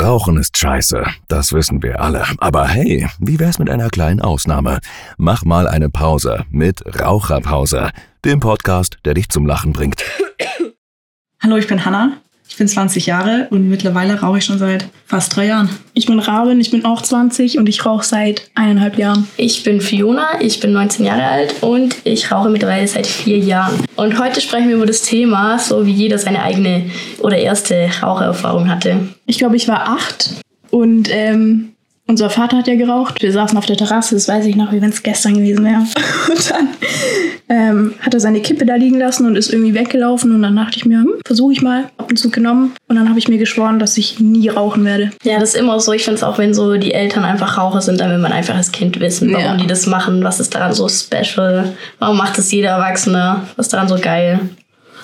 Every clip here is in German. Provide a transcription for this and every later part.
Rauchen ist scheiße, das wissen wir alle. Aber hey, wie wär's mit einer kleinen Ausnahme? Mach mal eine Pause mit Raucherpause, dem Podcast, der dich zum Lachen bringt. Hallo, ich bin Hanna. Ich bin 20 Jahre und mittlerweile rauche ich schon seit fast drei Jahren. Ich bin Raben, ich bin auch 20 und ich rauche seit eineinhalb Jahren. Ich bin Fiona, ich bin 19 Jahre alt und ich rauche mittlerweile seit vier Jahren. Und heute sprechen wir über das Thema, so wie jeder seine eigene oder erste Rauchererfahrung hatte. Ich glaube, ich war acht und ähm, unser Vater hat ja geraucht. Wir saßen auf der Terrasse, das weiß ich noch, wie wenn es gestern gewesen wäre. Und dann ähm, hat er seine Kippe da liegen lassen und ist irgendwie weggelaufen. Und dann dachte ich mir, hm, versuche ich mal, ab und zu genommen. Und dann habe ich mir geschworen, dass ich nie rauchen werde. Ja, das ist immer so. Ich finde es auch, wenn so die Eltern einfach Raucher sind, dann will man einfach als Kind wissen, warum Ja. die das machen, was ist daran so special, warum macht es jeder Erwachsene, was ist daran so geil.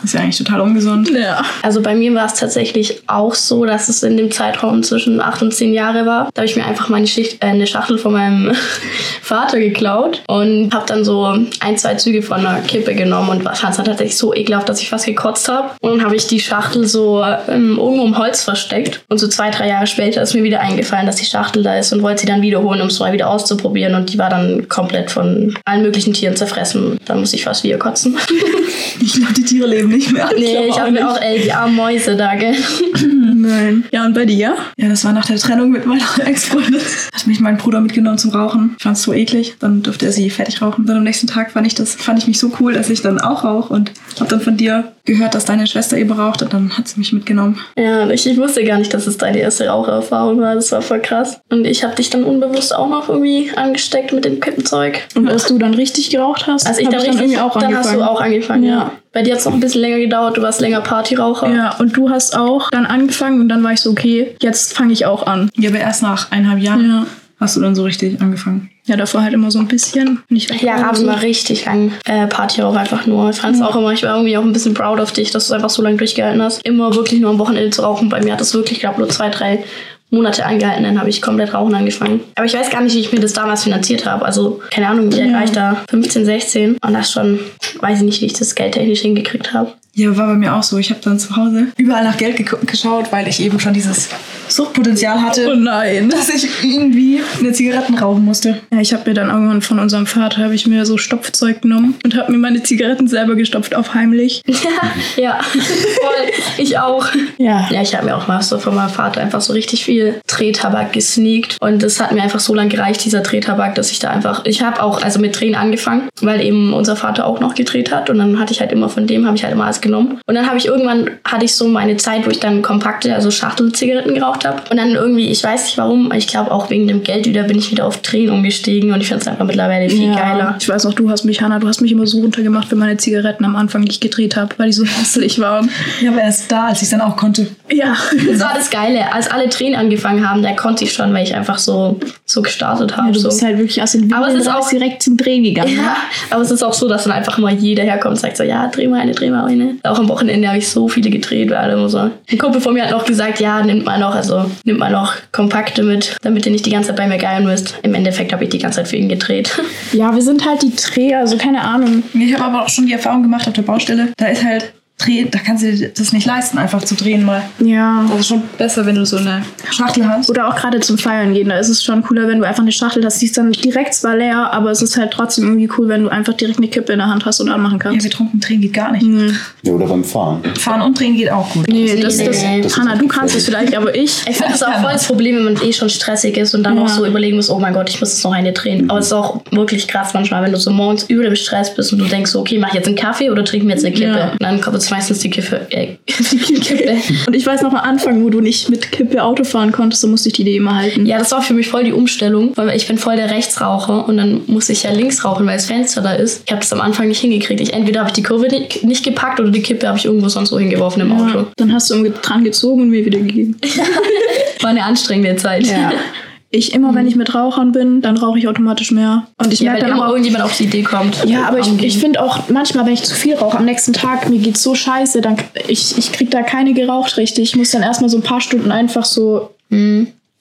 Ist ja eigentlich total ungesund. Ja. Also bei mir war es tatsächlich auch so, dass es in dem Zeitraum zwischen 8 und 10 Jahre war. Da habe ich mir einfach meine Schicht, äh, eine Schachtel von meinem Vater geklaut und habe dann so ein, zwei Züge von einer Kippe genommen und fand es dann tatsächlich so ekelhaft, dass ich fast gekotzt habe. Und dann habe ich die Schachtel so ähm, irgendwo im Holz versteckt. Und so zwei, drei Jahre später ist mir wieder eingefallen, dass die Schachtel da ist und wollte sie dann wiederholen, um es mal wieder auszuprobieren. Und die war dann komplett von allen möglichen Tieren zerfressen. Dann muss ich fast wieder kotzen. Ich glaube, die Tiere leben nicht mehr. Nee, ich auch habe mir auch äh, die armen Mäuse da, gell? Nein. Ja, und bei dir? Ja, das war nach der Trennung mit meiner Ex-Freundin. Hat mich mein Bruder mitgenommen zum Rauchen. Ich fand es so eklig. Dann durfte er sie fertig rauchen. Dann am nächsten Tag fand ich das, fand ich mich so cool, dass ich dann auch rauche und habe dann von dir gehört, dass deine Schwester eben raucht und dann hat sie mich mitgenommen. Ja, ich, ich wusste gar nicht, dass es deine erste Rauchererfahrung war. Das war voll krass. Und ich habe dich dann unbewusst auch noch irgendwie angesteckt mit dem Kippenzeug. Und als du dann richtig geraucht hast, Als Also ich hab dann, ich richtig, dann irgendwie auch dann hast du angefangen. auch angefangen. Ja. Ja. Bei dir hat es noch ein bisschen länger gedauert. Du warst länger Partyraucher. Ja, und du hast auch dann angefangen und dann war ich so, okay, jetzt fange ich auch an. Ja, aber erst nach eineinhalb Jahren Ja. hast du dann so richtig angefangen. Ja, davor halt immer so ein bisschen. Nicht Ja, Raben war richtig lang äh, Partyraucher einfach nur. Ich fand es auch immer, ich war irgendwie auch ein bisschen proud auf dich, dass du einfach so lange durchgehalten hast. Immer wirklich nur am Wochenende zu rauchen. Bei mir hat es wirklich, glaube nur zwei, drei Monate angehalten. Dann habe ich komplett Rauchen angefangen. Aber ich weiß gar nicht, wie ich mir das damals finanziert habe. Also, keine Ahnung, wie alt war ich da? 15, 16. Und das schon, weiß ich nicht, wie ich das geldtechnisch hingekriegt habe. Ja, war bei mir auch so. Ich habe dann zu Hause überall nach Geld geko- geschaut, weil ich eben schon dieses Suchtpotenzial Oh hatte, nein. dass ich irgendwie eine Zigaretten rauchen musste. Ja, ich habe mir dann irgendwann von unserem Vater habe ich mir so Stopfzeug genommen und habe mir meine Zigaretten selber gestopft auf heimlich. ja, voll. Ich auch. Ja. Ja, ich habe mir auch mal so von meinem Vater einfach so richtig viel Drehtabak gesneakt. Und das hat mir einfach so lange gereicht, dieser Drehtabak, dass ich da einfach. Ich habe auch also mit Drehen angefangen, weil eben unser Vater auch noch gedreht hat. Und dann hatte ich halt immer von dem, habe ich halt immer alles genommen. Und dann habe ich irgendwann, hatte ich so meine Zeit, wo ich dann kompakte, also Schachtelzigaretten geraucht habe. Und dann irgendwie, ich weiß nicht warum, ich glaube auch wegen dem Geld wieder, bin ich wieder auf Drehen umgestiegen. Und ich finde es einfach mittlerweile viel geiler. Ich weiß noch, du hast mich, Hanna, du hast mich immer so runtergemacht für meine Zigaretten am Anfang, die ich gedreht habe, weil die so hässlich waren. Ja, aber erst da, als ich dann auch konnte. Ja. Das war das Geile. Als alle Tränen angefangen haben, da konnte ich schon, weil ich einfach so, so gestartet habe. du so. bist halt wirklich aus den Aber es Windeln ist raus auch- direkt zum Drehen gegangen. ne? ja, aber es ist auch so, dass dann einfach mal jeder herkommt und sagt so, ja, dreh mal eine, dreh mal eine. Auch am Wochenende habe ich so viele gedreht, weil alle immer so. Ein Kumpel von mir hat noch gesagt, ja, nimmt mal noch, also nimmt mal noch Kompakte mit, damit ihr nicht die ganze Zeit bei mir geilen müsst. Im Endeffekt habe ich die ganze Zeit für ihn gedreht. Ja, wir sind halt die Dreher, also keine Ahnung. Ich habe aber auch schon die Erfahrung gemacht auf der Baustelle. Da ist halt drehen, da kannst du dir das nicht leisten, einfach zu drehen mal. Ja. Also Das ist schon besser, wenn du so eine Schachtel hast. Oder auch gerade zum Feiern gehen. Da ist es schon cooler, wenn du einfach eine Schachtel hast. Die ist dann direkt zwar leer, aber es ist halt trotzdem irgendwie cool, wenn du einfach direkt eine Kippe in der Hand hast und anmachen Ja, kannst. betrunken drehen geht gar nicht. Ja, oder beim Fahren. Fahren und drehen geht auch gut. Nee, das, Nee, das, nee, nee. Das ist Hanna, du kannst es gefährlich. vielleicht, aber ich. Ich finde das auch voll das Problem, wenn man eh schon stressig ist und dann Ja. noch so überlegen muss, oh mein Gott, ich muss jetzt noch eine drehen. Aber es ist auch wirklich krass manchmal, wenn du so morgens übel im Stress bist und du denkst, so, okay, mach ich jetzt einen Kaffee oder trink mir jetzt eine Kippe. Ja. Und dann kommt jetzt meistens die Kippe. Äh, die Kippe. Und ich weiß noch am Anfang, wo du nicht mit Kippe Auto fahren konntest, so musste ich die Idee immer halten. Ja, das war für mich voll die Umstellung, weil ich bin voll der Rechtsraucher und dann muss ich ja links rauchen, weil das Fenster da ist. Ich habe das am Anfang nicht hingekriegt. Ich, entweder habe ich die Kurve nicht, nicht gepackt oder die Kippe habe ich irgendwo sonst wo hingeworfen im Auto. Dann hast du irgendwie dran gezogen und mir wieder gegeben. War eine anstrengende Zeit. Ich immer, wenn ich mit Rauchern bin, dann rauche ich automatisch mehr. Und ich Mhm. Ja, merke wenn dann immer aber irgendjemand auf die Idee kommt. Äh, Ja, aber ich, Angehen. ich finde auch manchmal, wenn ich zu viel rauche am nächsten Tag, mir geht's so scheiße, Hm. dann ich, ich krieg da keine geraucht richtig. Ich muss dann erstmal so ein paar Stunden einfach so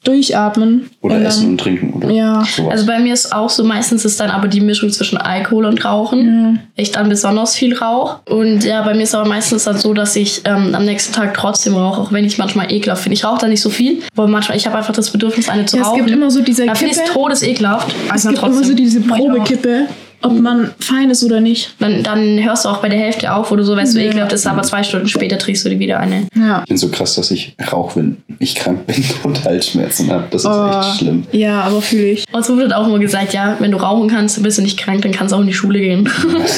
durchatmen. Oder und essen und trinken oder Dann, ja. sowas. Also bei mir ist auch so, meistens ist dann aber die Mischung zwischen Alkohol und Rauchen. Ich dann besonders viel rauche. Und ja, bei mir ist aber meistens dann so, dass ich ähm, am nächsten Tag trotzdem rauche, auch wenn ich manchmal ekelhaft finde. Ich rauche da nicht so viel, aber manchmal, ich habe einfach das Bedürfnis, eine zu Ja, es rauchen. gibt immer so diese da finde ich es Kippe. todesekelhaft. Es gibt immer so diese Probekippe, ob Mhm. man fein ist oder nicht. Dann, dann hörst du auch bei der Hälfte auf oder so, weil es so Ja. ekelhaft ist, aber zwei Stunden später trinkst du dir wieder eine. Ja. Ich bin so krass, dass ich rauche, wenn ich krank bin und Halsschmerzen habe. Das ist Oh. echt schlimm. Ja, aber fühle ich. Uns wurde halt auch immer gesagt, ja, wenn du rauchen kannst, dann bist du nicht krank, dann kannst du auch in die Schule gehen.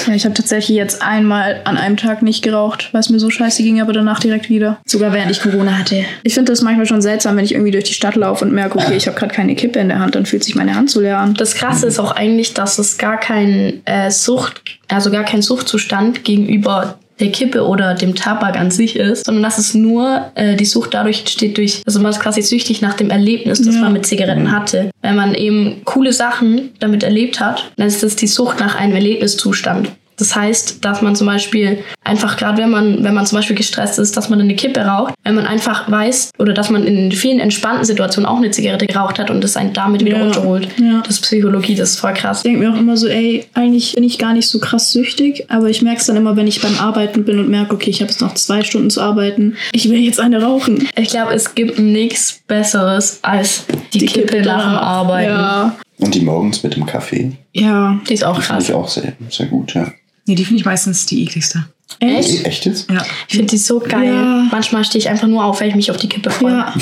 Ja, ich habe tatsächlich jetzt einmal an einem Tag nicht geraucht, weil es mir so scheiße ging, aber danach direkt wieder. Sogar während ich Corona hatte. Ich finde das manchmal schon seltsam, wenn ich irgendwie durch die Stadt laufe und merke, okay, ich habe gerade keine Kippe in der Hand, dann fühlt sich meine Hand so leer an. Das Krasse ist auch eigentlich, dass es gar kein äh, Sucht, also gar kein Suchtzustand gegenüber der Kippe oder dem Tabak an sich ist, sondern dass es nur äh, die Sucht dadurch entsteht durch, also man ist quasi süchtig nach dem Erlebnis, das man mit Zigaretten hatte. Wenn man eben coole Sachen damit erlebt hat, dann ist das die Sucht nach einem Erlebniszustand. Das heißt, dass man zum Beispiel einfach, gerade wenn man, wenn man zum Beispiel gestresst ist, dass man eine Kippe raucht, wenn man einfach weiß oder dass man in vielen entspannten Situationen auch eine Zigarette geraucht hat und es einen damit wieder Ja. runterholt. Ja. Das ist Psychologie, das ist voll krass. Ich denke mir auch immer so, ey, eigentlich bin ich gar nicht so krass süchtig, aber ich merke es dann immer, wenn ich beim Arbeiten bin und merke, okay, ich habe jetzt noch zwei Stunden zu arbeiten. Ich will jetzt eine rauchen. Ich glaube, es gibt nichts Besseres als die, Kippe, nach dem danach. Arbeiten. Ja. Und die morgens mit dem Kaffee ja. Die ist auch finde krass. ich auch sehr, sehr gut, ja. Nee, die finde ich meistens die ekligste. Echt? Echt, Echt jetzt? Ja. Ich finde die so geil. Ja. Manchmal stehe ich einfach nur auf, weil ich mich auf die Kippe freue. Ja.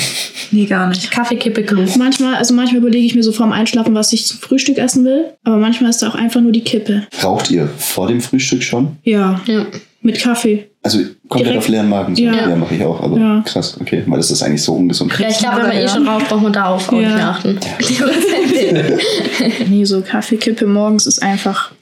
Nee, gar nicht. Kaffeekippe genug. Manchmal, also manchmal überlege ich mir so vorm Einschlafen, was ich zum Frühstück essen will, aber manchmal ist da auch einfach nur die Kippe. Raucht ihr vor dem Frühstück schon? Ja. Ja. Mit Kaffee. Also komplett Direkt- auf leeren Magen. So. Ja. ja mache ich auch, aber Ja. krass, okay, weil das ist eigentlich so ungesund. Ja, ich glaube, wenn man eh Ja. schon raucht, braucht man da auf, auch Ja. nicht mehr achten. Nee, so Kaffeekippe morgens ist einfach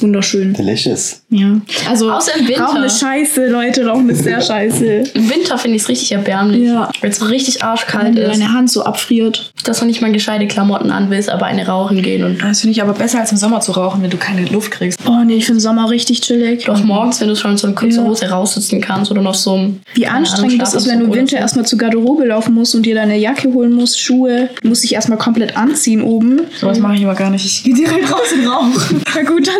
wunderschön. Delicious. Ja. Also Außer im Winter. Rauchen ist scheiße, Leute, Rauchen ist sehr scheiße. Im Winter finde ich es richtig erbärmlich. Ja. Wenn es so richtig arschkalt Wenn dir ist, deine Hand so abfriert. dass du nicht mal gescheite Klamotten an willst, aber eine rauchen gehen und Das finde ich aber besser als im Sommer zu rauchen, wenn du keine Luft kriegst. Oh nee, ich finde Sommer richtig chillig. doch morgens, wenn du schon so eine kurze Ja. Hose raussitzen kannst oder noch so ein Wie anstrengend das ist, wenn du im Winter erstmal zur Garderobe laufen musst und dir deine Jacke holen musst, Schuhe, du musst dich erstmal komplett anziehen oben. Sowas mache ich immer gar nicht. Ich gehe direkt raus in den Raum. Na gut, dann.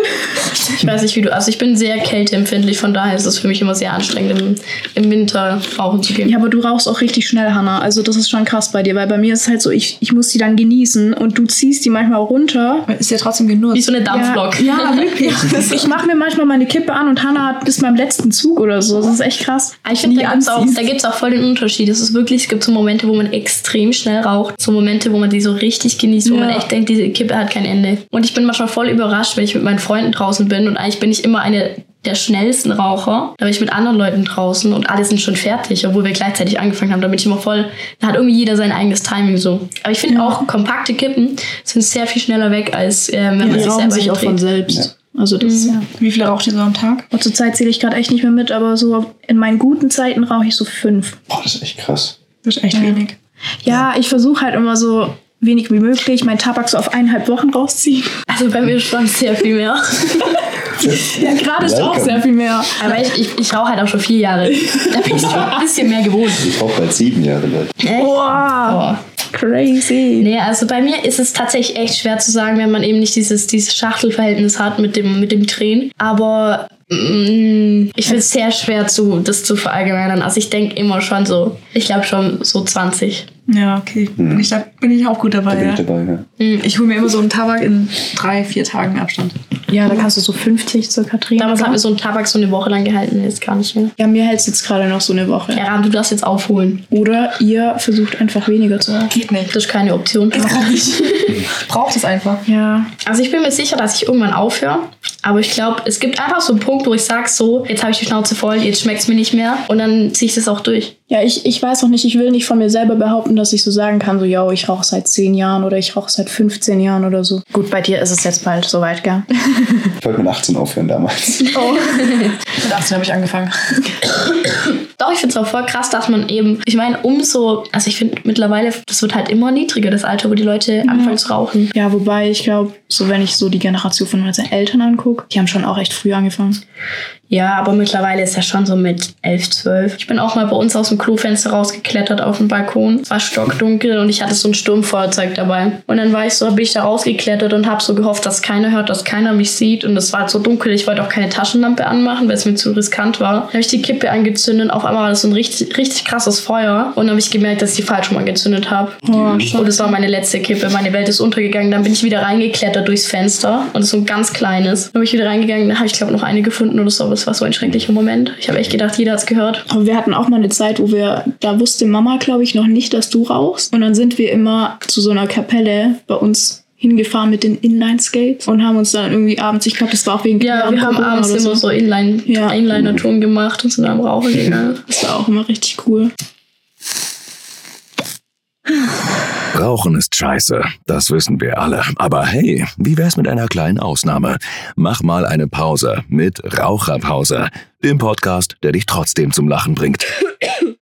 Ich weiß nicht, wie du. Also ich bin sehr kälteempfindlich, von daher ist es für mich immer sehr anstrengend, im, im Winter rauchen zu gehen. Ja, aber du rauchst auch richtig schnell, Hanna. Also das ist schon krass bei dir, weil bei mir ist es halt so, ich, ich muss die dann genießen und du ziehst die manchmal runter. Ist ja trotzdem Wie genutzt. so eine Dampflok. Ja, ja wirklich. Ich mache mir manchmal meine Kippe an und Hanna hat bis beim letzten Zug oder so. Das ist echt krass. Aber Ah, Ich finde, Nie da gibt es auch, anziehst. da gibt's auch voll den Unterschied. Es ist wirklich, es gibt so Momente, wo man extrem schnell raucht, so Momente, wo man die so richtig genießt, wo man Ja. echt denkt, diese Kippe hat kein Ende. Und ich bin manchmal voll überrascht, wenn ich mit meinen Freunden draußen bin und eigentlich bin ich immer eine der schnellsten Raucher. Da bin ich mit anderen Leuten draußen und alle sind schon fertig, obwohl wir gleichzeitig angefangen haben. Da bin ich immer voll, da hat irgendwie jeder sein eigenes Timing so. Aber ich finde auch, kompakte Kippen sind sehr viel schneller weg, als äh, wenn man die rauchen sich selber Mhm. sich auch von hinträgt. selbst. Also das ist ja. Wie viele raucht ihr so am Tag? Und zur Zeit zähle ich gerade echt nicht mehr mit, aber so in meinen guten Zeiten rauche ich so fünf. Boah, das ist echt krass. Das ist echt wenig. Ja, ich versuche halt immer so wenig wie möglich meinen Tabak so auf eineinhalb Wochen rausziehen. Also bei mir schon sehr viel mehr. Ja, gerade ist auch Welcome. sehr viel mehr. Aber ich, ich, ich rauche halt auch schon vier Jahre. Da bin ich schon ein bisschen mehr gewohnt. Ich rauche bald sieben Jahre, Leute. Boah, crazy. Nee, also bei mir ist es tatsächlich echt schwer zu sagen, wenn man eben nicht dieses, dieses Schachtelverhältnis hat mit dem, mit dem Tränen. Aber mm, ich finde es sehr schwer, zu, das zu verallgemeinern. Also ich denke immer schon so, ich glaube schon so 20. Ja, okay. Bin, ich da, bin ich auch gut Hm. Da dabei. bin Ja. ich dabei, ja. Hm, Ich hole mir immer so einen Tabak in drei, vier Tagen Abstand. Ja, da kannst du so 50 zur Katrin. Damals hat mir so ein Tabak so eine Woche lang gehalten, jetzt gar nicht mehr. ja, mir hält es jetzt gerade noch so eine Woche. Ja, Ram, du darfst jetzt aufholen. Oder ihr versucht einfach weniger zu rauchen. Geht nicht. Das ist keine Option. Braucht es einfach. Ja. Also ich bin mir sicher, dass ich irgendwann aufhöre. Aber ich glaube, es gibt einfach so einen Punkt, wo ich sage, so, jetzt habe ich die Schnauze voll, jetzt schmeckt es mir nicht mehr. Und dann ziehe ich das auch durch. Ja, ich, ich weiß noch nicht, ich will nicht von mir selber behaupten, dass ich so sagen kann, so, yo, ich rauche seit 10 Jahren oder ich rauche seit 15 Jahren oder so. Gut, bei dir ist es jetzt bald soweit, gell? Ich wollte mit 18 aufhören damals. Mit 18 habe ich angefangen. Doch, ich finde es auch voll krass, dass man eben, ich meine, umso, also ich finde mittlerweile, das wird halt immer niedriger, das Alter, wo die Leute anfangen zu rauchen. Ja, wobei ich glaube, so wenn ich so die Generation von unseren Eltern angucke, die haben schon auch echt früh angefangen. Ja, aber mittlerweile ist ja schon so mit 11, 12. Ich bin auch mal bei uns aus dem Klofenster rausgeklettert auf den Balkon. Es war stockdunkel und ich hatte so ein Sturmfeuerzeug dabei. Und dann war ich so, bin ich da rausgeklettert und habe so gehofft, dass keiner hört, dass keiner mich sieht. Und es war halt so dunkel, ich wollte auch keine Taschenlampe anmachen, weil es mir zu riskant war. Dann habe ich die Kippe angezündet und auf einmal war das so ein richtig, richtig krasses Feuer. Und dann habe ich gemerkt, dass ich die falsch rum angezündet habe. Und das war meine letzte Kippe. Meine Welt ist untergegangen. Dann bin ich wieder reingeklettert durchs Fenster. Und so ein ganz kleines. Dann bin ich wieder reingegangen. Dann habe ich, glaube noch eine gefunden oder so. Aber es war so ein schrecklicher Moment. Ich habe echt gedacht, jeder hat es gehört. Aber wir hatten auch mal eine Zeit, wo wir, da wusste Mama, glaube ich, noch nicht, dass du rauchst. Und dann sind wir immer zu so einer Kapelle bei uns hingefahren mit den Inline-Skates und haben uns dann irgendwie abends, ich glaube, das war auch wegen Ja, wir haben Corona abends oder immer so Inline, Ja. Inliner-Touren gemacht und sind am Rauchen gegangen. Das war auch immer richtig cool. Rauchen ist scheiße, das wissen wir alle. Aber hey, wie wär's mit einer kleinen Ausnahme? Mach mal eine Pause mit Raucherpause, dem Podcast, der dich trotzdem zum Lachen bringt.